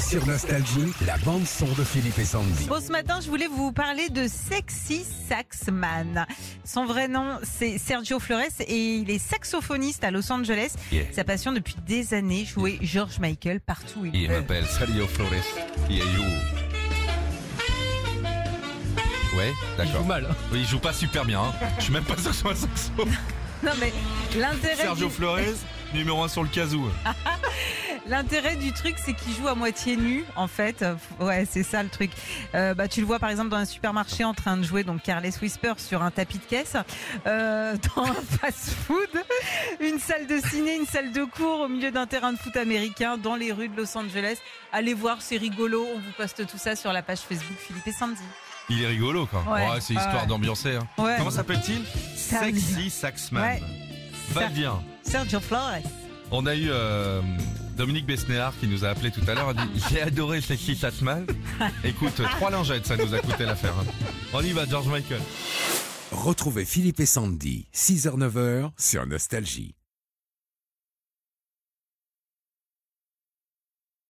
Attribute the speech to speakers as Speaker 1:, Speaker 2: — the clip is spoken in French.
Speaker 1: Sur Nostalgie, la bande son de Philippe et Sandy.
Speaker 2: Bon, ce matin, je voulais vous parler de Sexy Saxman. Son vrai nom, c'est Sergio Flores et il est saxophoniste à Los Angeles.
Speaker 3: Yeah.
Speaker 2: Sa passion depuis des années, jouer George Michael partout où il
Speaker 1: Eh.
Speaker 3: Il
Speaker 2: peut.
Speaker 3: m'appelle Sergio Flores. Il est you. Ouais, d'accord.
Speaker 4: mal.
Speaker 3: Oui, il joue pas super bien. hein. Je suis même pas sûr que ce soit un saxo.
Speaker 2: Non, mais l'intérêt
Speaker 3: Sergio
Speaker 2: du,
Speaker 3: Flores, numéro 1 sur le casou.
Speaker 2: l'intérêt du truc, c'est qu'il joue à moitié nu, en fait. Ouais, c'est ça le truc. Euh, bah, tu le vois par exemple dans un supermarché en train de jouer donc Carles Whisper sur un tapis de caisse, euh, dans un fast-food, une salle de ciné, une salle de cours, au milieu d'un terrain de foot américain, dans les rues de Los Angeles. Allez voir, c'est rigolo. On vous poste tout ça sur la page Facebook Philippe et Sandy.
Speaker 3: Il est rigolo, quoi.
Speaker 2: Ouais.
Speaker 3: c'est histoire
Speaker 2: Ouais.
Speaker 3: d'ambiancer. hein.
Speaker 2: Ouais.
Speaker 3: Comment s'appelle-t-il
Speaker 2: Sergio.
Speaker 3: Sexy Saxman.
Speaker 2: Ouais.
Speaker 3: Va bien.
Speaker 2: Sergio Flores.
Speaker 3: On a eu euh, Dominique Besnéard qui nous a appelé tout à l'heure. Elle dit J'ai adoré Sexy Saxman. Écoute, trois lingettes, ça nous a coûté l'affaire. hein. On y va, George Michael.
Speaker 1: Retrouvez Philippe et Sandy, 6h-9h sur Nostalgie.